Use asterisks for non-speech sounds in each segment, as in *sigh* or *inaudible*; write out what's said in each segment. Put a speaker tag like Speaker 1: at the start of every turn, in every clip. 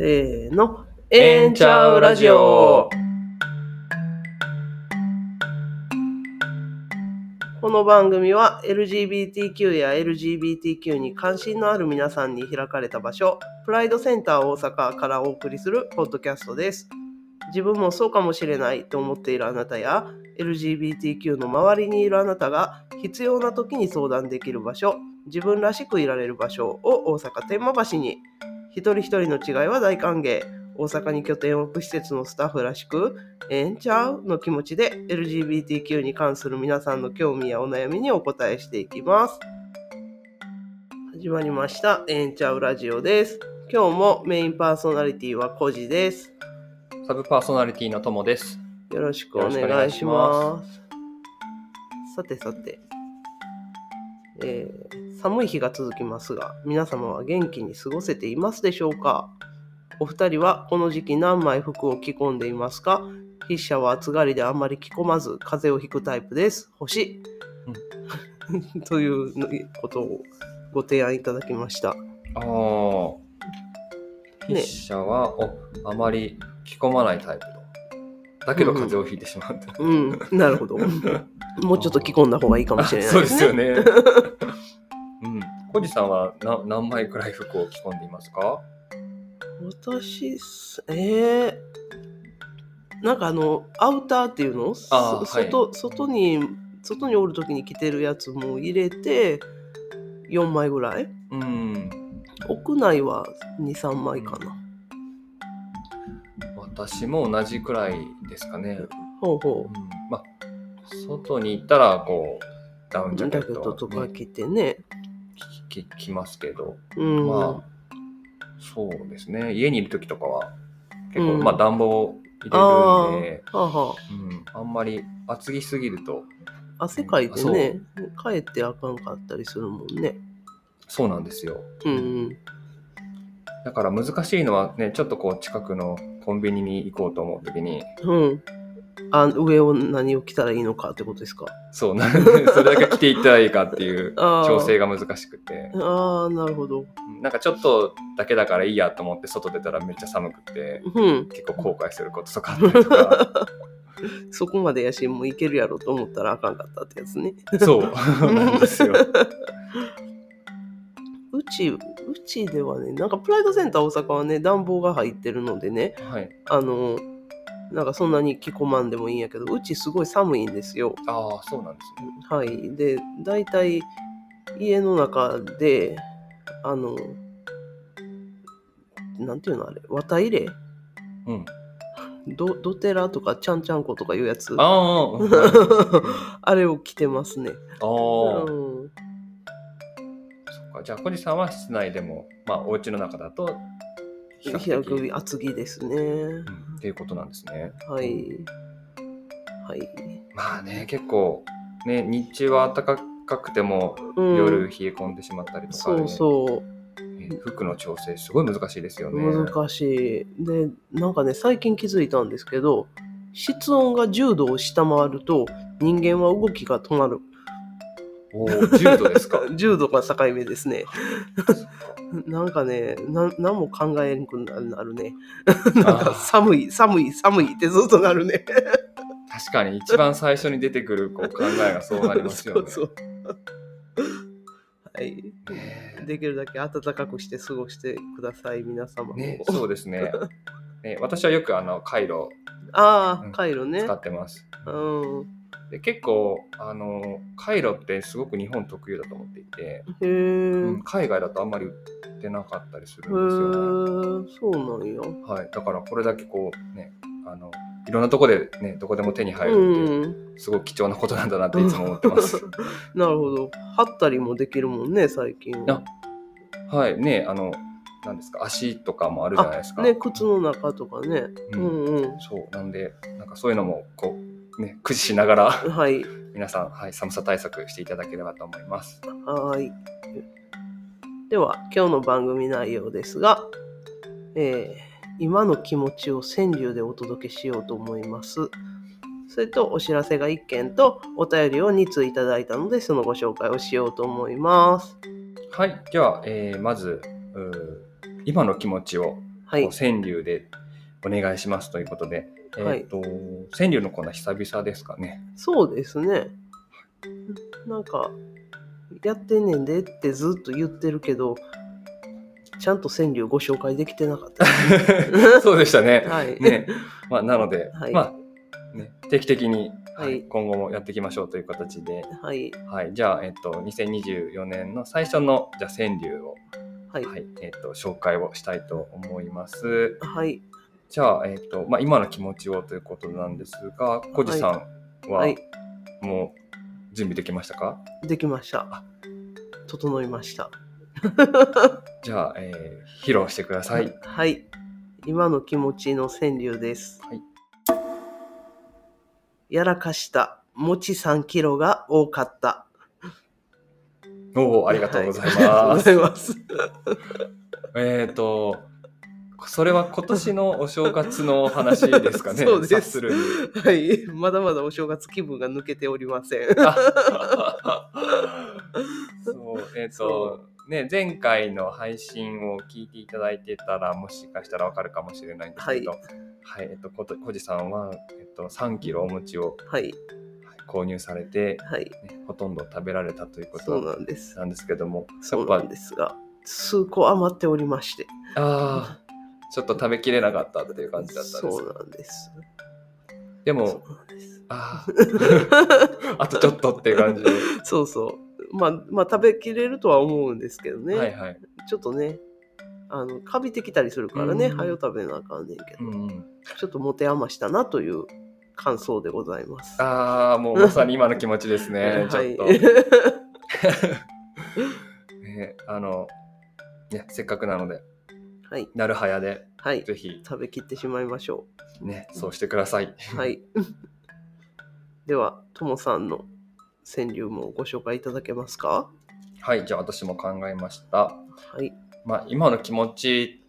Speaker 1: せーの。
Speaker 2: エンチャウラジオ
Speaker 1: この番組は LGBTQ や LGBTQ に関心のある皆さんに開かれた場所、プライドセンター大阪からお送りするポッドキャストです。自分もそうかもしれないと思っているあなたや、LGBTQ の周りにいるあなたが必要な時に相談できる場所、自分らしくいられる場所を大阪天満橋に。一人一人の違いは大歓迎。大阪に拠点を置く施設のスタッフらしく、ええんちゃうの気持ちで LGBTQ に関する皆さんの興味やお悩みにお答えしていきます。始まりました。ええんちゃうラジオです。今日もメインパーソナリティはコジです。
Speaker 2: サブパーソナリティのともです。
Speaker 1: よろしくお願いします。さてさて、えー寒い日が続きますが、皆様は元気に過ごせていますでしょうかお二人はこの時期何枚服を着込んでいますか筆者は暑がりであまり着込まず風邪をひくタイプです。星、 *laughs* ということをご提案いただきました。
Speaker 2: ああ。筆者は、おあまり着込まないタイプと。だけど風邪をひいてしまうと。
Speaker 1: うん、なるほ *laughs* ど。もうちょっと着込んだ方がいいかもしれない
Speaker 2: そう
Speaker 1: で
Speaker 2: ですす
Speaker 1: ね。
Speaker 2: よね。うん。コジさんはな何枚くらい服を着込んでいますか
Speaker 1: 私っすえー、なんかあのアウターっていうの
Speaker 2: あ
Speaker 1: そ
Speaker 2: ー
Speaker 1: 外,、外に外におる時に着てるやつも入れて4枚ぐらい
Speaker 2: うん。
Speaker 1: 屋内は23枚かな、
Speaker 2: 私も同じくらいですかね。
Speaker 1: ほうほ
Speaker 2: うん、まあ、外に行ったら、こう、ダウ
Speaker 1: う
Speaker 2: ンジ
Speaker 1: ジ
Speaker 2: ャ
Speaker 1: ャ
Speaker 2: ケ
Speaker 1: ケ
Speaker 2: ッ
Speaker 1: ット
Speaker 2: ト
Speaker 1: と
Speaker 2: をね、
Speaker 1: か着てね
Speaker 2: 着着着ますけど。
Speaker 1: うん、
Speaker 2: まあ、そうですね。家にいるときとかは、結構、
Speaker 1: うん
Speaker 2: まあ、暖房を入れるんで、
Speaker 1: はあは
Speaker 2: うん、あんまり厚着すぎると、
Speaker 1: あ汗かいてね帰ってあかんかったりするもんね
Speaker 2: そうなんですよ。
Speaker 1: うんうん
Speaker 2: だから難しいのはね、ちょっとこう、近くのコンビニに行こうと思うときに、
Speaker 1: うんあ上を何を着たらいいのかってことですか
Speaker 2: そう、な *laughs* それだけ着ていったらいいかっていう
Speaker 1: あー
Speaker 2: 調整が難しくて、
Speaker 1: あーなるほど
Speaker 2: なんかちょっとだけだからいいやと思って、外出たらめっちゃ寒くて、
Speaker 1: うん
Speaker 2: 結構後悔することとかあったり
Speaker 1: *laughs*
Speaker 2: とか、
Speaker 1: そこまでやし、もういけるやろと思ったらあかんかったってやつね。
Speaker 2: そう、 *laughs* なんですよ。
Speaker 1: うち、うちではね、なんかプライドセンター大阪はね、暖房が入ってるのでね、
Speaker 2: はい。
Speaker 1: あの、なんかそんなに着込まんでもいいんやけど、うちすごい寒いんですよ。
Speaker 2: ああ、そうなんですね。
Speaker 1: はい。で、大体家の中で、あの、なんていうのあれ、綿入れ
Speaker 2: うん。
Speaker 1: ど、ドテラとかちゃんちゃんことかいうやつ。
Speaker 2: ああ、うんはい
Speaker 1: あれを着てますね。
Speaker 2: ああ、
Speaker 1: うん
Speaker 2: そっか。じゃあ、小路さんは室内でも、まあ、お家の中だと、比較的
Speaker 1: 平首厚着ですね
Speaker 2: う。んっていうことなんですね。
Speaker 1: はい。はい。
Speaker 2: まあね、結構、ね、日中は暖かくても、
Speaker 1: うん、
Speaker 2: 夜冷え込んでしまったりとか、ね
Speaker 1: そうそう。
Speaker 2: ね服の調整、すごい難しいですよね。
Speaker 1: 難しい。で、なんかね、最近気づいたんですけど、室温が10度を下回ると、人間は動きが止まる。
Speaker 2: おお、10度ですか。 *laughs*
Speaker 1: 10度が境目ですね。なんかね、な何も考えにくくなるね。なんか寒い、寒い、寒いってずっとなるね。
Speaker 2: 確かに、一番最初に出てくるこう考えがそうなりますよね。
Speaker 1: *laughs* そうそう。はい。
Speaker 2: ね
Speaker 1: できるだけ暖かくして過ごしてください、皆様も。
Speaker 2: ねそうですね。ね私はよくあのカイロ
Speaker 1: あ
Speaker 2: う
Speaker 1: あ、
Speaker 2: ん
Speaker 1: カイロね
Speaker 2: 使。ってます。
Speaker 1: うん。
Speaker 2: で結構あのカイロってすごく日本特有だと思っていて、
Speaker 1: へえ。
Speaker 2: うん海外だとあんまり売ってなかったりする
Speaker 1: へえ、
Speaker 2: んですよね。
Speaker 1: そうなんや。
Speaker 2: はい、だからこれだけこうねあのいろんなとこでねどこでも手に入るっ
Speaker 1: うん。
Speaker 2: てすごく貴重なことなんだなっていつも思って
Speaker 1: *laughs*
Speaker 2: ます。
Speaker 1: なるほど。貼ったりもできるもんね、最近は。
Speaker 2: はいねあのなんですか足とかもあるじゃないですか。
Speaker 1: ね、靴の中とかね。う
Speaker 2: う
Speaker 1: んんうん。
Speaker 2: そうなんでなんかそういうのもこうね駆使しながら *laughs*
Speaker 1: はい。
Speaker 2: 皆さんはい寒さ対策していただければと思います。
Speaker 1: はーい。では、今日の番組内容ですが、えー今の気持ちを川柳でお届けしようと思います。それと、お知らせが1件と、お便りを2通いただいたので、そのご紹介をしようと思います。
Speaker 2: はい、では、えーまずうー今の気持ちを
Speaker 1: はい
Speaker 2: こう川柳でお願いしますということで、え
Speaker 1: はい
Speaker 2: っと川柳のコーナー久々ですか
Speaker 1: *laughs*
Speaker 2: ね。
Speaker 1: そうですね。なんか、やってんねんでってずっと言ってるけど、ちゃんと川柳ご紹介できてなか
Speaker 2: *laughs*
Speaker 1: った。
Speaker 2: そうでしたね。
Speaker 1: はい。
Speaker 2: ね、まあ、なので、
Speaker 1: はい
Speaker 2: まあ、ね、定期的に、
Speaker 1: は
Speaker 2: はいい今後もやっていきましょうという形で、
Speaker 1: はい。
Speaker 2: はい、じゃあ、えっと、2024年の最初の、じゃあ、川柳を、
Speaker 1: はい。
Speaker 2: はい、えっと、紹介をしたいと思います。
Speaker 1: はい。
Speaker 2: じゃあ、えっと、まあ、今の気持ちをということなんですが、コジさんは、
Speaker 1: はい。
Speaker 2: もう、準備できましたか
Speaker 1: できました。整いました。
Speaker 2: じゃあ、えー披露してください。
Speaker 1: はい。今の気持ちの川柳です。
Speaker 2: はい
Speaker 1: やらかした餅3キロが多かった。
Speaker 2: おお、ありがとうございます。
Speaker 1: はいありがとうございます。
Speaker 2: *laughs* えっ、と、それは今年のお正月のお話ですか
Speaker 1: *laughs*
Speaker 2: ね。
Speaker 1: そうです
Speaker 2: 察るに
Speaker 1: はい。まだまだお正月気分が抜けておりま
Speaker 2: *laughs*
Speaker 1: せん。
Speaker 2: そう、えっ、
Speaker 1: そ
Speaker 2: と、ね、前回の配信を聞いていただいてたら、もしかしたらわかるかもしれないんですけど、
Speaker 1: は
Speaker 2: はい、えっ、と、こと、こじさんは、えっ、と、3キロお餅を
Speaker 1: はい。
Speaker 2: はい購入されて、
Speaker 1: はい。
Speaker 2: ねほとんど食べられたというこ
Speaker 1: そう
Speaker 2: と
Speaker 1: なんです。
Speaker 2: なんですけども、
Speaker 1: そうなんですが、数個余っておりまして。
Speaker 2: ああ、ちょっと食べきれなかったっていう感じだったんで
Speaker 1: そ
Speaker 2: す
Speaker 1: う。なんです。
Speaker 2: で
Speaker 1: そ
Speaker 2: も、
Speaker 1: うなんです。 *laughs*
Speaker 2: あ *laughs* あ、あとちょっとっていう感じで。
Speaker 1: そうそう。まあ、まあ、食べきれるとは思うんですけどね。
Speaker 2: はいはい。
Speaker 1: ちょっとね、あの、カビてきたりするからね、
Speaker 2: うん
Speaker 1: はよ食べなあかんねんけど、
Speaker 2: うんうん。
Speaker 1: ちょっと持て余したなという感想でございます。
Speaker 2: ああ、もうまさに今の気持ちです
Speaker 1: は
Speaker 2: ね
Speaker 1: い。
Speaker 2: ちょっと。ね、あの、ね、せっかくなので、
Speaker 1: *laughs* はい。
Speaker 2: なるはやで、
Speaker 1: はい。
Speaker 2: ぜひ、
Speaker 1: 食べきってしまいましょ
Speaker 2: ね、そうしてください。
Speaker 1: う。はい。 *laughs* では、ともさんの川柳もご紹介いただけますか
Speaker 2: はい、じゃあ私も考えました。
Speaker 1: はい。
Speaker 2: まあ、今の気持ち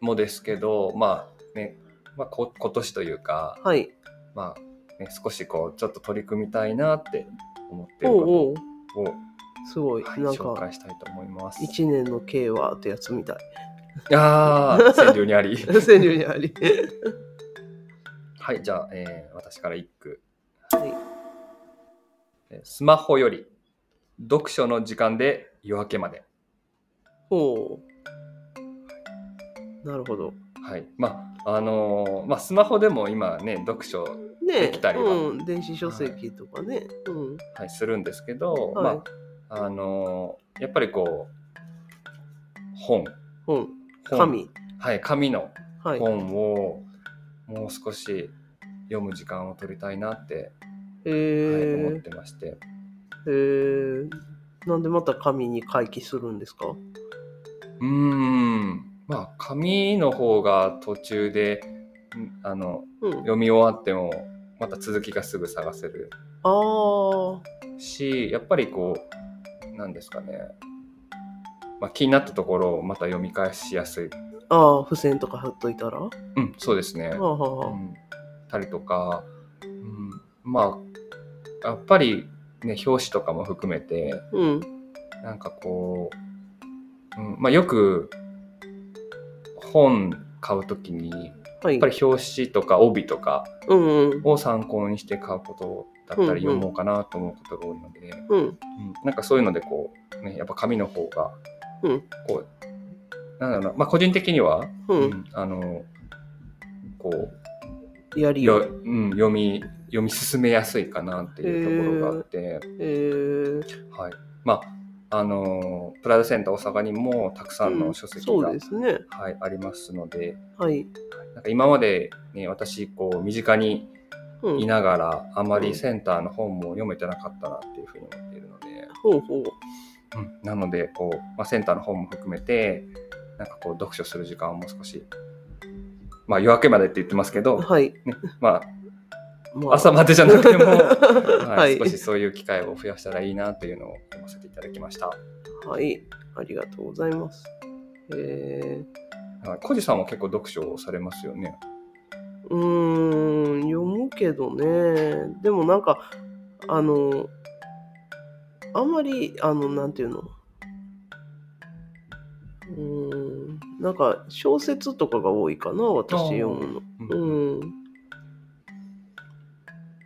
Speaker 2: もですけど、まあ、ね、まあ、こ今年というか、
Speaker 1: はい。
Speaker 2: まあ、ね、少しこう、ちょっと取り組みたいなって思ってる
Speaker 1: お
Speaker 2: こ
Speaker 1: うおう。
Speaker 2: とを、
Speaker 1: すごい。
Speaker 2: はい、
Speaker 1: なん
Speaker 2: 紹
Speaker 1: か、
Speaker 2: 介したいと思います。
Speaker 1: 一年の経はってやつみたい。
Speaker 2: ああ、川柳にあり。
Speaker 1: 川柳にあり。 *laughs*
Speaker 2: はい、じゃあ、えー私から一句。
Speaker 1: はい
Speaker 2: えースマホより、読書の時間で夜明けまで。
Speaker 1: ほう。なるほど。
Speaker 2: はい。まあ、あのーまあ、スマホでも今ね、読書、は
Speaker 1: ね
Speaker 2: できたりは
Speaker 1: うん、電子書籍とかね、うん
Speaker 2: い、するんですけど、
Speaker 1: はい
Speaker 2: まあ、あのーやっぱりこう、本。
Speaker 1: 本
Speaker 2: 本
Speaker 1: 紙
Speaker 2: はい、紙の
Speaker 1: はい
Speaker 2: 本を、もう少し読む時間を取りたいなって、
Speaker 1: へ
Speaker 2: はい、思っ
Speaker 1: え
Speaker 2: てまして。
Speaker 1: へーなんでまた紙に回帰するんですか
Speaker 2: うーんまあ紙の方が途中でんあの
Speaker 1: うん
Speaker 2: 読み終わってもまた続きがすぐ探せる
Speaker 1: あー
Speaker 2: しやっぱりこうなんですかね、まあ、気になったところをまた読み返しやすい、
Speaker 1: あー付箋とか貼っといたら、は
Speaker 2: うん、そうですね、
Speaker 1: あはあ
Speaker 2: う
Speaker 1: は
Speaker 2: ん、たりとか、うん、まあやっぱりね表紙とかも含めて
Speaker 1: あうん
Speaker 2: なんかこう、うんまあ、よく本買うときに
Speaker 1: はい
Speaker 2: やっぱり表紙とか帯とか
Speaker 1: うんうん
Speaker 2: を参考にして買うことだったり
Speaker 1: うんうん
Speaker 2: 読もうかなと思うことが多いので、
Speaker 1: うん
Speaker 2: うんなんかそういうのでこう、ね、やっぱ紙の方が
Speaker 1: うん
Speaker 2: こうなんだろうな、まあ、個人的には、
Speaker 1: うん
Speaker 2: うんあのこう
Speaker 1: やりよ
Speaker 2: よ、うん、読み読み進めやすいかなっていうところがあって、
Speaker 1: えー、
Speaker 2: はい、まああのプライドセンター大阪にもたくさんの書籍
Speaker 1: うん
Speaker 2: が、
Speaker 1: そうですね
Speaker 2: はい、ありますので
Speaker 1: はい、
Speaker 2: なんか今まで、ね、私こう身近に
Speaker 1: うん、
Speaker 2: いながらあま
Speaker 1: うん
Speaker 2: りセンターの本も読めてなかったなっていうふうに思っているので、
Speaker 1: ほうほう
Speaker 2: うんなのでこう、まあ、センターの本も含めてなんかこう読書する時間をもう少し、まあ、夜明けまでって言ってますけど、
Speaker 1: はい、
Speaker 2: ねま
Speaker 1: ま *laughs*
Speaker 2: あ、朝までじゃなくても、は
Speaker 1: はいい
Speaker 2: 少、しそういう機会を増やしたらいいなというのを読ませていただきました。
Speaker 1: はい、ありがとうございますえー、
Speaker 2: はいコジさんは結構読書をされますよね。
Speaker 1: うーん、読むけどね。でもなんか、あの、あんまり、あの、なんていうの。うーん、なんか小説とかが多いかな私読むの
Speaker 2: う
Speaker 1: うんん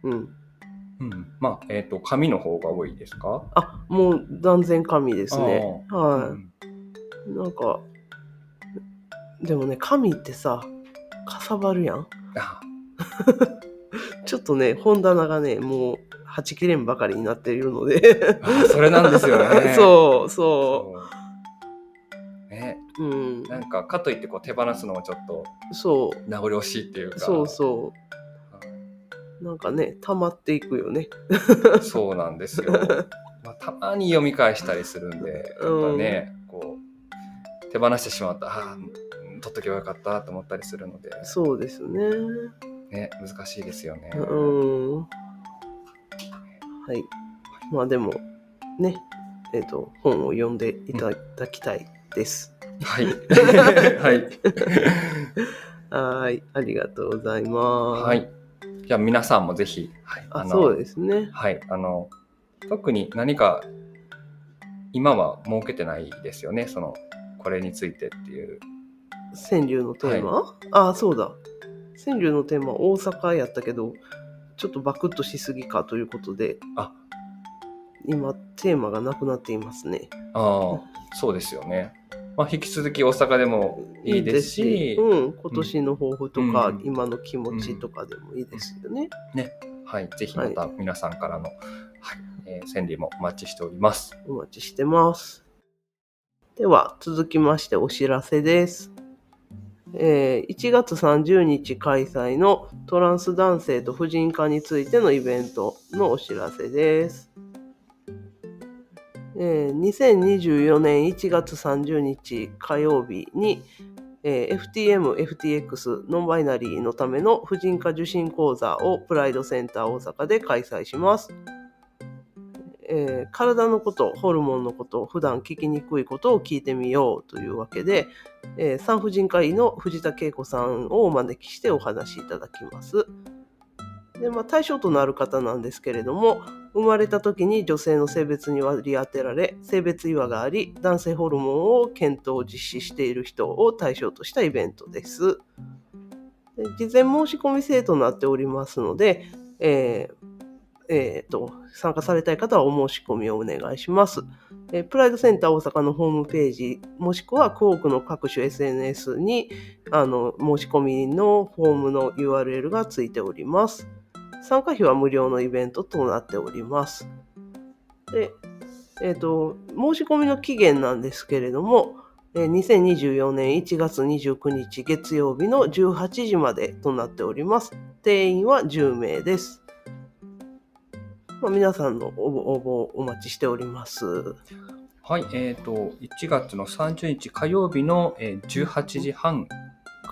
Speaker 1: うん
Speaker 2: うんまあ、えっ、と、紙の方が多いですか
Speaker 1: あもう断然神ですね
Speaker 2: あ
Speaker 1: は
Speaker 2: ー
Speaker 1: い、
Speaker 2: うん
Speaker 1: なんか、でもね、神ってさ、かさばるやん。
Speaker 2: あ
Speaker 1: ちょっとね、本棚がね、もう、はちきれんばかりになっているの
Speaker 2: *laughs*
Speaker 1: で。
Speaker 2: あーそれなんですよね。
Speaker 1: *laughs* そう、
Speaker 2: う
Speaker 1: そ
Speaker 2: ね、
Speaker 1: う。うん。
Speaker 2: なんか、かといってこう手放すのもちょっと
Speaker 1: そう、
Speaker 2: 名残惜しいっていうか。
Speaker 1: そうそう。なんかね、溜まっていくよね。
Speaker 2: そうなんです
Speaker 1: *laughs*
Speaker 2: よ。まあ、たまに読み返したりするんで、やっぱね、こう、手放してしまった、ああ、取っとけばよかったと思ったりするので、
Speaker 1: そうですね。
Speaker 2: ね、難しいですよね。
Speaker 1: うん。はい。まあでも、ね、えっ、と、本を読んでいただきたいです。 *laughs*
Speaker 2: はい。はい。
Speaker 1: はーい。ありがとうございます。
Speaker 2: はい。じゃあ皆さんもぜひ、はい、
Speaker 1: あ
Speaker 2: の
Speaker 1: そうですね。
Speaker 2: はい、あの、特に何か、今は設けてないですよね、その、これについてっていう。
Speaker 1: 川柳のテーマ、ああそうだ川柳のテーマ大阪やったけどちょっとバクッとしすぎかということで
Speaker 2: あ
Speaker 1: 今テーマがなくなっていますね
Speaker 2: ああ、そうですよね。まあ、引き続き大阪でもいいですし、
Speaker 1: いいですうん、今年の抱負とか、
Speaker 2: うん
Speaker 1: 今の気持ちとかでもいいですよね、
Speaker 2: はい、ぜひまた皆さんからの、はいえー川柳もお待ちしております。
Speaker 1: お待ちしてますでは続きましてお知らせですえー1月30日開催のトランス男性と婦人科についてのイベントのお知らせです。えー2024年1月30日火曜日に、えー FTM、FTX、ノンバイナリーのための婦人科受診講座をプライドセンター大阪で開催します。えー体のこと、ホルモンのこと、普段聞きにくいことを聞いてみようというわけで、えー産婦人科医の藤田恵子さんをお招きしてお話しいただきます。でまあ、対象となる方なんですけれども生まれた時に女性の性別に割り当てられ性別違和があり男性ホルモンを検討実施している人を対象としたイベントです。で事前申し込み制となっておりますので、えーえーと参加されたい方はお申し込みをお願いします。えープライドセンター大阪のホームページ、もしくはクォークの各種 SNS にあの申し込みのフォームの URL がついております。参加費は無料のイベントとなっております。で、えっ、と、申し込みの期限なんですけれども、えー2024年1月29日月曜日の18時までとなっております。定員は10名です。まあ、皆さんの応募応募お待ちしております。
Speaker 2: はい、えっ、と、1月の30日火曜日の、えー18時半、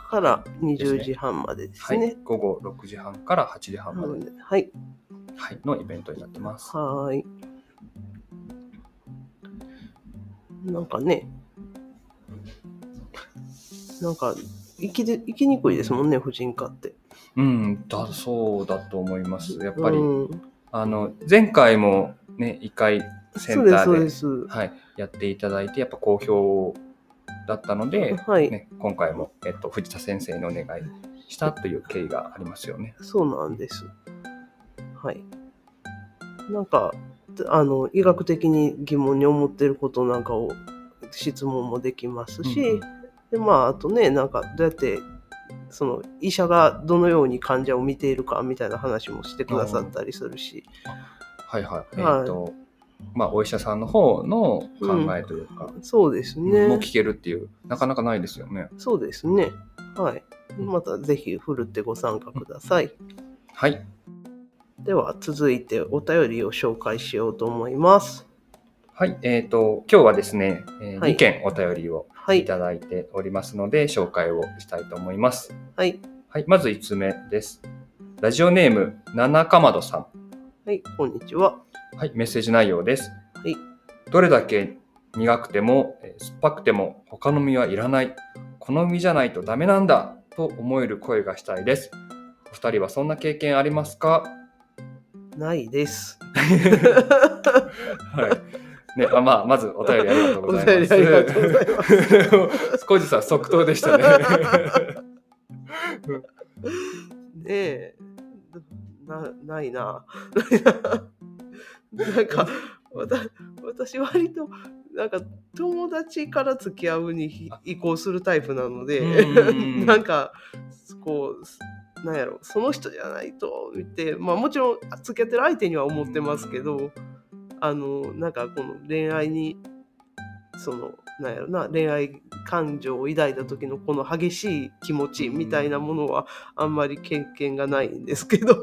Speaker 1: から20時半までです
Speaker 2: は
Speaker 1: ね。
Speaker 2: い、午後6時半から8時半まで、
Speaker 1: はい。
Speaker 2: はい、のイベントになってます。
Speaker 1: はーい。なんかね、なんか生きで生きにくいですもんね、婦人科って。
Speaker 2: うん、だそうだと思います。やっぱり、
Speaker 1: うん、
Speaker 2: あの前回もね、1回セ
Speaker 1: そ
Speaker 2: ン
Speaker 1: うで
Speaker 2: タ
Speaker 1: す、そう
Speaker 2: ー
Speaker 1: で
Speaker 2: で、
Speaker 1: す。
Speaker 2: はい、やっていただいて、やっぱ好評だったので、
Speaker 1: はい、
Speaker 2: ね、今回も、えっと、藤田先生にお願いしたという経緯がありますよね。
Speaker 1: そうなんです。はい。なんか、あの、医学的に疑問に思っていることなんかを質問もできますし、
Speaker 2: うんうん
Speaker 1: で、まあ、あとね、なんか、どうやって、その、医者がどのように患者を見ているかみたいな話もしてくださったりするし、
Speaker 2: はいはい。えっ、
Speaker 1: はい
Speaker 2: と、まあ、お医者さんの方の考えというか、
Speaker 1: そうです
Speaker 2: もう
Speaker 1: ね。
Speaker 2: 聞けるっていう、なかなかないですよね。
Speaker 1: そうですね。はい。また、ぜひ、ふるってご参加ください。
Speaker 2: はい。
Speaker 1: では、続いて、お便りを紹介しようと思います。
Speaker 2: はい。えっ、と、今日はですね、え
Speaker 1: はい
Speaker 2: 2件お便りを
Speaker 1: はいい。
Speaker 2: ただいておりますので、紹介をしたいと思います。
Speaker 1: はい。
Speaker 2: はい。まず5つ目です。ラジオネーム、七かまどさん。
Speaker 1: はい。こんにちは。
Speaker 2: はい、メッセージ内容です。
Speaker 1: はい
Speaker 2: どれだけ苦くても、えー酸っぱくても、他の実はいらない。この実じゃないとダメなんだと思える声がしたいです。お二人はそんな経験ありますか
Speaker 1: ないです。
Speaker 2: はい。ね、あまあ、まずお便りありがとうございます。
Speaker 1: お便りありがとうございま *laughs*
Speaker 2: *laughs* 少しさ、即答でしたね。
Speaker 1: ねえなないな *laughs* なんかわた私割となんか友達から付き合うにひ移行するタイプなので
Speaker 2: うんうんう
Speaker 1: *laughs*
Speaker 2: ん
Speaker 1: なんかこうなんやろその人じゃないと見てまあもちろん付き合ってる相手には思ってますけどあのなんかこの恋愛にそのなんやろな恋愛感情を抱いた時のこの激しい気持ちみたいなものはあんまり経験がないんですけ
Speaker 2: *laughs*
Speaker 1: ど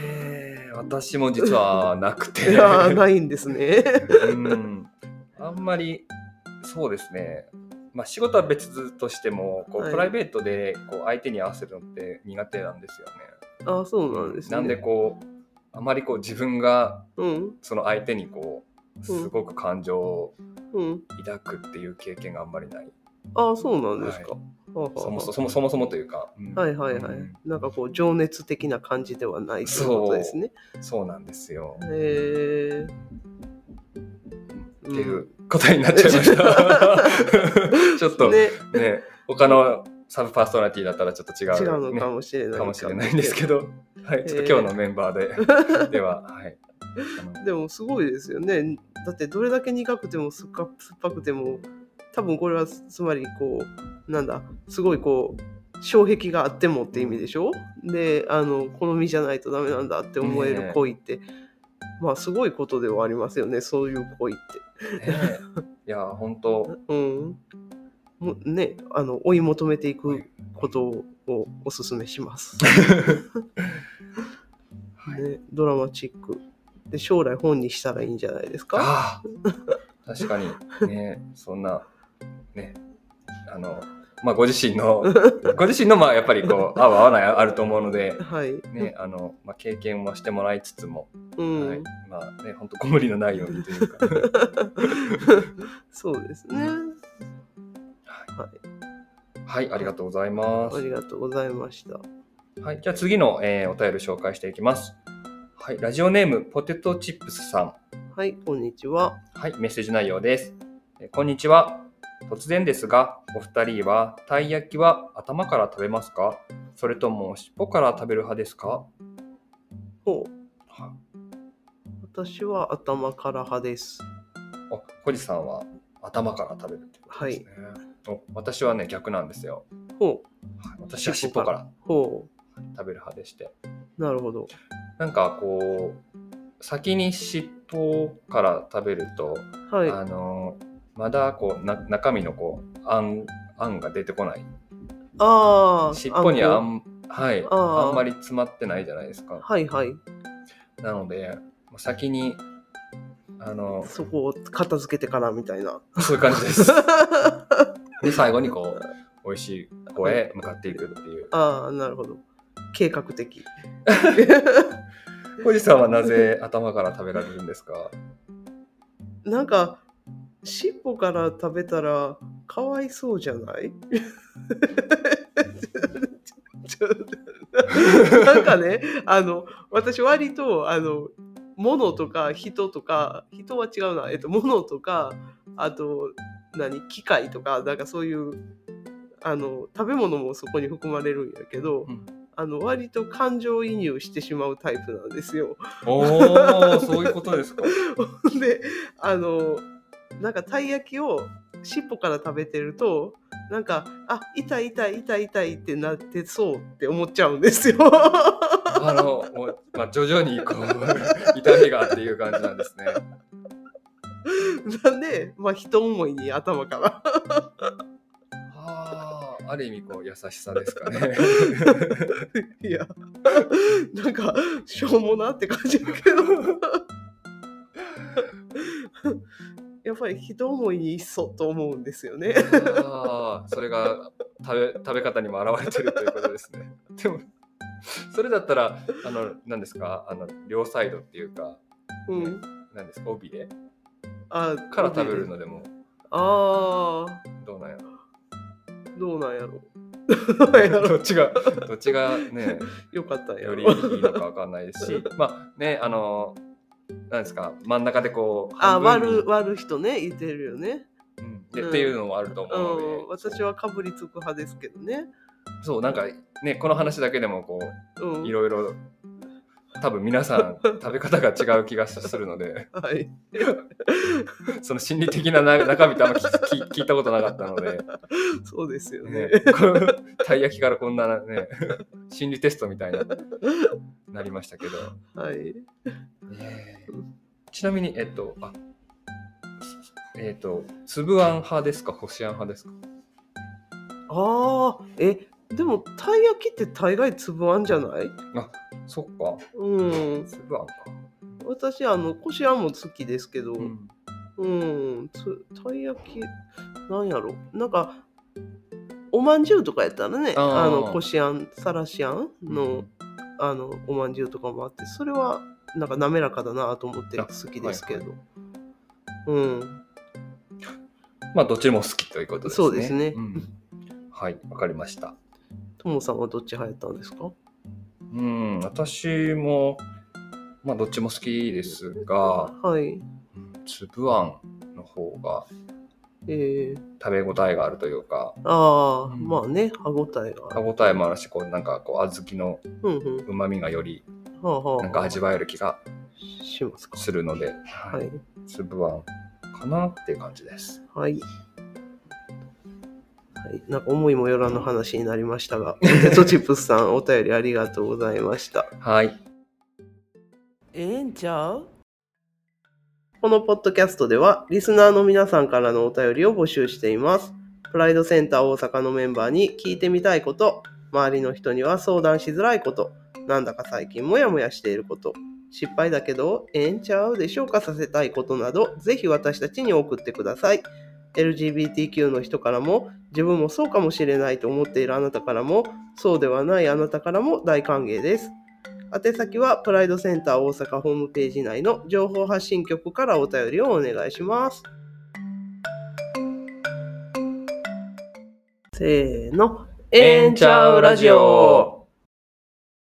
Speaker 2: へー私も実はなく
Speaker 1: い
Speaker 2: て。
Speaker 1: やーないんですね。
Speaker 2: うんあんまりそうですね、まあ、仕事は別としてもこう、
Speaker 1: はい
Speaker 2: プライベートでこう相手に合わせるのって苦手なんですよね。
Speaker 1: あそうなんですね。
Speaker 2: なんでこうあまりこう自分が
Speaker 1: うん
Speaker 2: その相手にこうすごく感情を
Speaker 1: うん。
Speaker 2: 抱くっていう経験があんまりない、
Speaker 1: あそうなんですか。
Speaker 2: は
Speaker 1: はあはあ
Speaker 2: そもそもそもそもというか、うん
Speaker 1: はいはいはい、
Speaker 2: うん
Speaker 1: なんかこう情熱的な感じではないということですね。
Speaker 2: そうなんですよ。
Speaker 1: へえ
Speaker 2: っていう答えになっちゃいま *laughs* した。ちょっとね
Speaker 1: *laughs* ね、
Speaker 2: 他のサブパーソナリティだったらちょっと違う、ね、
Speaker 1: 違うのかもしれない
Speaker 2: かもしれないんですけど、はい、ちょっと今日のメンバー
Speaker 1: *laughs*
Speaker 2: で、では、はい。あの
Speaker 1: でもすごいですよね。だってどれだけ苦くても酸っぱ酸っぱくても多分これはつつまりこうなんだすごいこう障壁があってもって意味でしょであの好みじゃないとダメなんだって思え
Speaker 2: ね
Speaker 1: る
Speaker 2: え
Speaker 1: 恋って、まあすごいことではありますよねそういう恋って。
Speaker 2: ねいや、本当、
Speaker 1: うんもね、あの追い求めていくことををおすすめします、
Speaker 2: はい
Speaker 1: ね。ドラマチックで将来本にしたらいいんじゃないですか
Speaker 2: ああ、確かに、ね、そんな、ね、あの、まあ、ご自身
Speaker 1: *laughs*
Speaker 2: の、ご自身の、まあ、やっぱりこう、合う合わないあると思うので、
Speaker 1: はい、
Speaker 2: ね、あの、まあ、経験もしてもらいつつも、
Speaker 1: うん
Speaker 2: はい、まあ、ね、本当ご無理のないようにというか、
Speaker 1: *laughs* そうですね。
Speaker 2: はい、ありがとうございます
Speaker 1: あ。りがとうございました。
Speaker 2: はい、じゃあ次の、えーお便り紹介していきます。はい、ラジオネームポテトチップスさん。
Speaker 1: はい、こんにちは。
Speaker 2: はい、メッセージ内容です。えーこんにちは。突然ですが、お二人はたい焼きは頭から食べますかそれとも尻尾から食べる派ですか
Speaker 1: ほう
Speaker 2: は
Speaker 1: 私は頭から派です。
Speaker 2: お、コジさんは頭から食べるってことですね。お私はね、逆なんですよ。
Speaker 1: ほう、
Speaker 2: はい私は尻尾から
Speaker 1: ほ
Speaker 2: 食べる派でして。
Speaker 1: う、なるほど。
Speaker 2: なんかこう、先に尻尾から食べると、
Speaker 1: はい、
Speaker 2: あのまだこうな中身のこうあんあんが出てこない
Speaker 1: ああ、
Speaker 2: 尻尾にあ
Speaker 1: こ
Speaker 2: んはい
Speaker 1: あ
Speaker 2: あ
Speaker 1: ー
Speaker 2: んまり詰まってないじゃないですか
Speaker 1: はいはい、
Speaker 2: なので先にあの
Speaker 1: そこを片付けてからみたいな。
Speaker 2: そういう感じです *laughs* で最後にこう美味しい方へ向かっていくっていう
Speaker 1: *laughs* ああ、なるほど。計画
Speaker 2: *laughs*
Speaker 1: 的。
Speaker 2: 小路さんはなぜ頭から食べられるんですか
Speaker 1: なんか、尻尾から食べたらかわいそうじゃない *laughs* ちょちょなんかね、あの、私割と、あの、物とか人とか、人は違うな、えっと、物とか、あと、何、機械とか、なんかそういう、あの、食べ物もそこに含まれるんやけど、
Speaker 2: うん
Speaker 1: あの、割と感情移入してしまうタイプなんですよ。
Speaker 2: おおそういうことですか
Speaker 1: *laughs* であのなんかたい焼きを尻尾から食べてるとなんかあ痛い痛い痛い痛いってなってそうって思っちゃうんですよ。 *laughs*
Speaker 2: あのもう、まあ、徐々にこう痛みがっていう感じなんですね
Speaker 1: なんで、まあ、人思いに頭から。 *laughs*
Speaker 2: ああある意味こう優しさですかね
Speaker 1: いやなんかしょうもなって感じだけど。 *laughs* やっぱり人思いにいっそと思うんですよね。
Speaker 2: あーそれが食べ食べ方にも表れてるということですね。 *laughs* でもそれだったらあの何ですかあの両サイドっていうか
Speaker 1: うん、
Speaker 2: 何ですか帯で
Speaker 1: あ
Speaker 2: から食べるのでも
Speaker 1: ああ
Speaker 2: どうなんや
Speaker 1: どうなんやろ。どうなんやろ
Speaker 2: *laughs* ろどっちがどっちがね
Speaker 1: *laughs* よかったんや
Speaker 2: よ
Speaker 1: ろ
Speaker 2: りいいのかわかんないですしまあねあのなんですか真ん中でこう
Speaker 1: あ
Speaker 2: 半分に
Speaker 1: 割る割る人ねいてるよね、
Speaker 2: うんで
Speaker 1: うん
Speaker 2: っていうのもあると思
Speaker 1: う
Speaker 2: うので、
Speaker 1: ん、私はかぶりつく派ですけどね、
Speaker 2: そうなんかねこの話だけでもこ
Speaker 1: うん、
Speaker 2: ういろいろ多分皆さん食べ方が違う気がするので
Speaker 1: はい *laughs*
Speaker 2: その心理的なな中身ってあんま聞 *laughs* 聞聞いたことなかったので、
Speaker 1: そうですよね
Speaker 2: ね、 *laughs* こうたい焼きからこんなね心理テストみたいになりましたけど、
Speaker 1: はい
Speaker 2: ねえちなみにえっとあえっと粒あん派ですかこしあん派ですか
Speaker 1: ああえでもたい焼きって大概粒あんじゃない
Speaker 2: そっか
Speaker 1: うん
Speaker 2: 粒あんか、
Speaker 1: 私あのこしあんも好きですけど
Speaker 2: う
Speaker 1: うん
Speaker 2: ん、
Speaker 1: つたい焼きなんやろなんかおまんじゅうとかやったらね
Speaker 2: あー
Speaker 1: あのこしあんさらしあんのあのおまんじゅうとかもあってそれはなんか滑らかだなと思って
Speaker 2: あ
Speaker 1: 好きですけど、うん
Speaker 2: まあどっちも好きということですね。
Speaker 1: そうですね
Speaker 2: んはい、わかりました。
Speaker 1: ともさんはどっち流行ったんですか
Speaker 2: うん、私もまあどっちも好きですが、
Speaker 1: はい
Speaker 2: うん粒あんの方が
Speaker 1: えー、
Speaker 2: 食べ応えがあるというか、
Speaker 1: ああ、
Speaker 2: うん
Speaker 1: まあね歯ごたえが
Speaker 2: 歯応えもあるし、こうなんかこう小豆の
Speaker 1: うんうん
Speaker 2: 旨味がより
Speaker 1: はあはあ
Speaker 2: なんか味わえる気が
Speaker 1: しますか
Speaker 2: するので、
Speaker 1: は
Speaker 2: はい粒あんかなっていう感じです。
Speaker 1: はい。はい、なんか思いもよらぬ話になりました *laughs* が、ポテトチップスさん、お便りありがとうございました。
Speaker 2: はい、
Speaker 1: ええんちゃうこのポッドキャストでは、リスナーの皆さんからのお便りを募集しています。プライドセンター大阪のメンバーに聞いてみたいこと、周りの人には相談しづらいこと、なんだか最近モヤモヤしていること、失敗だけど、ええんちゃうで消化させたいことなど、ぜひ私たちに送ってください。LGBTQ の人からも、自分もそうかもしれないと思っているあなたからも、そうではないあなたからも大歓迎です。宛先はプライドセンター大阪ホームページ内の情報発信局からお便りをお願いします。せーの。ええんちゃうラジオ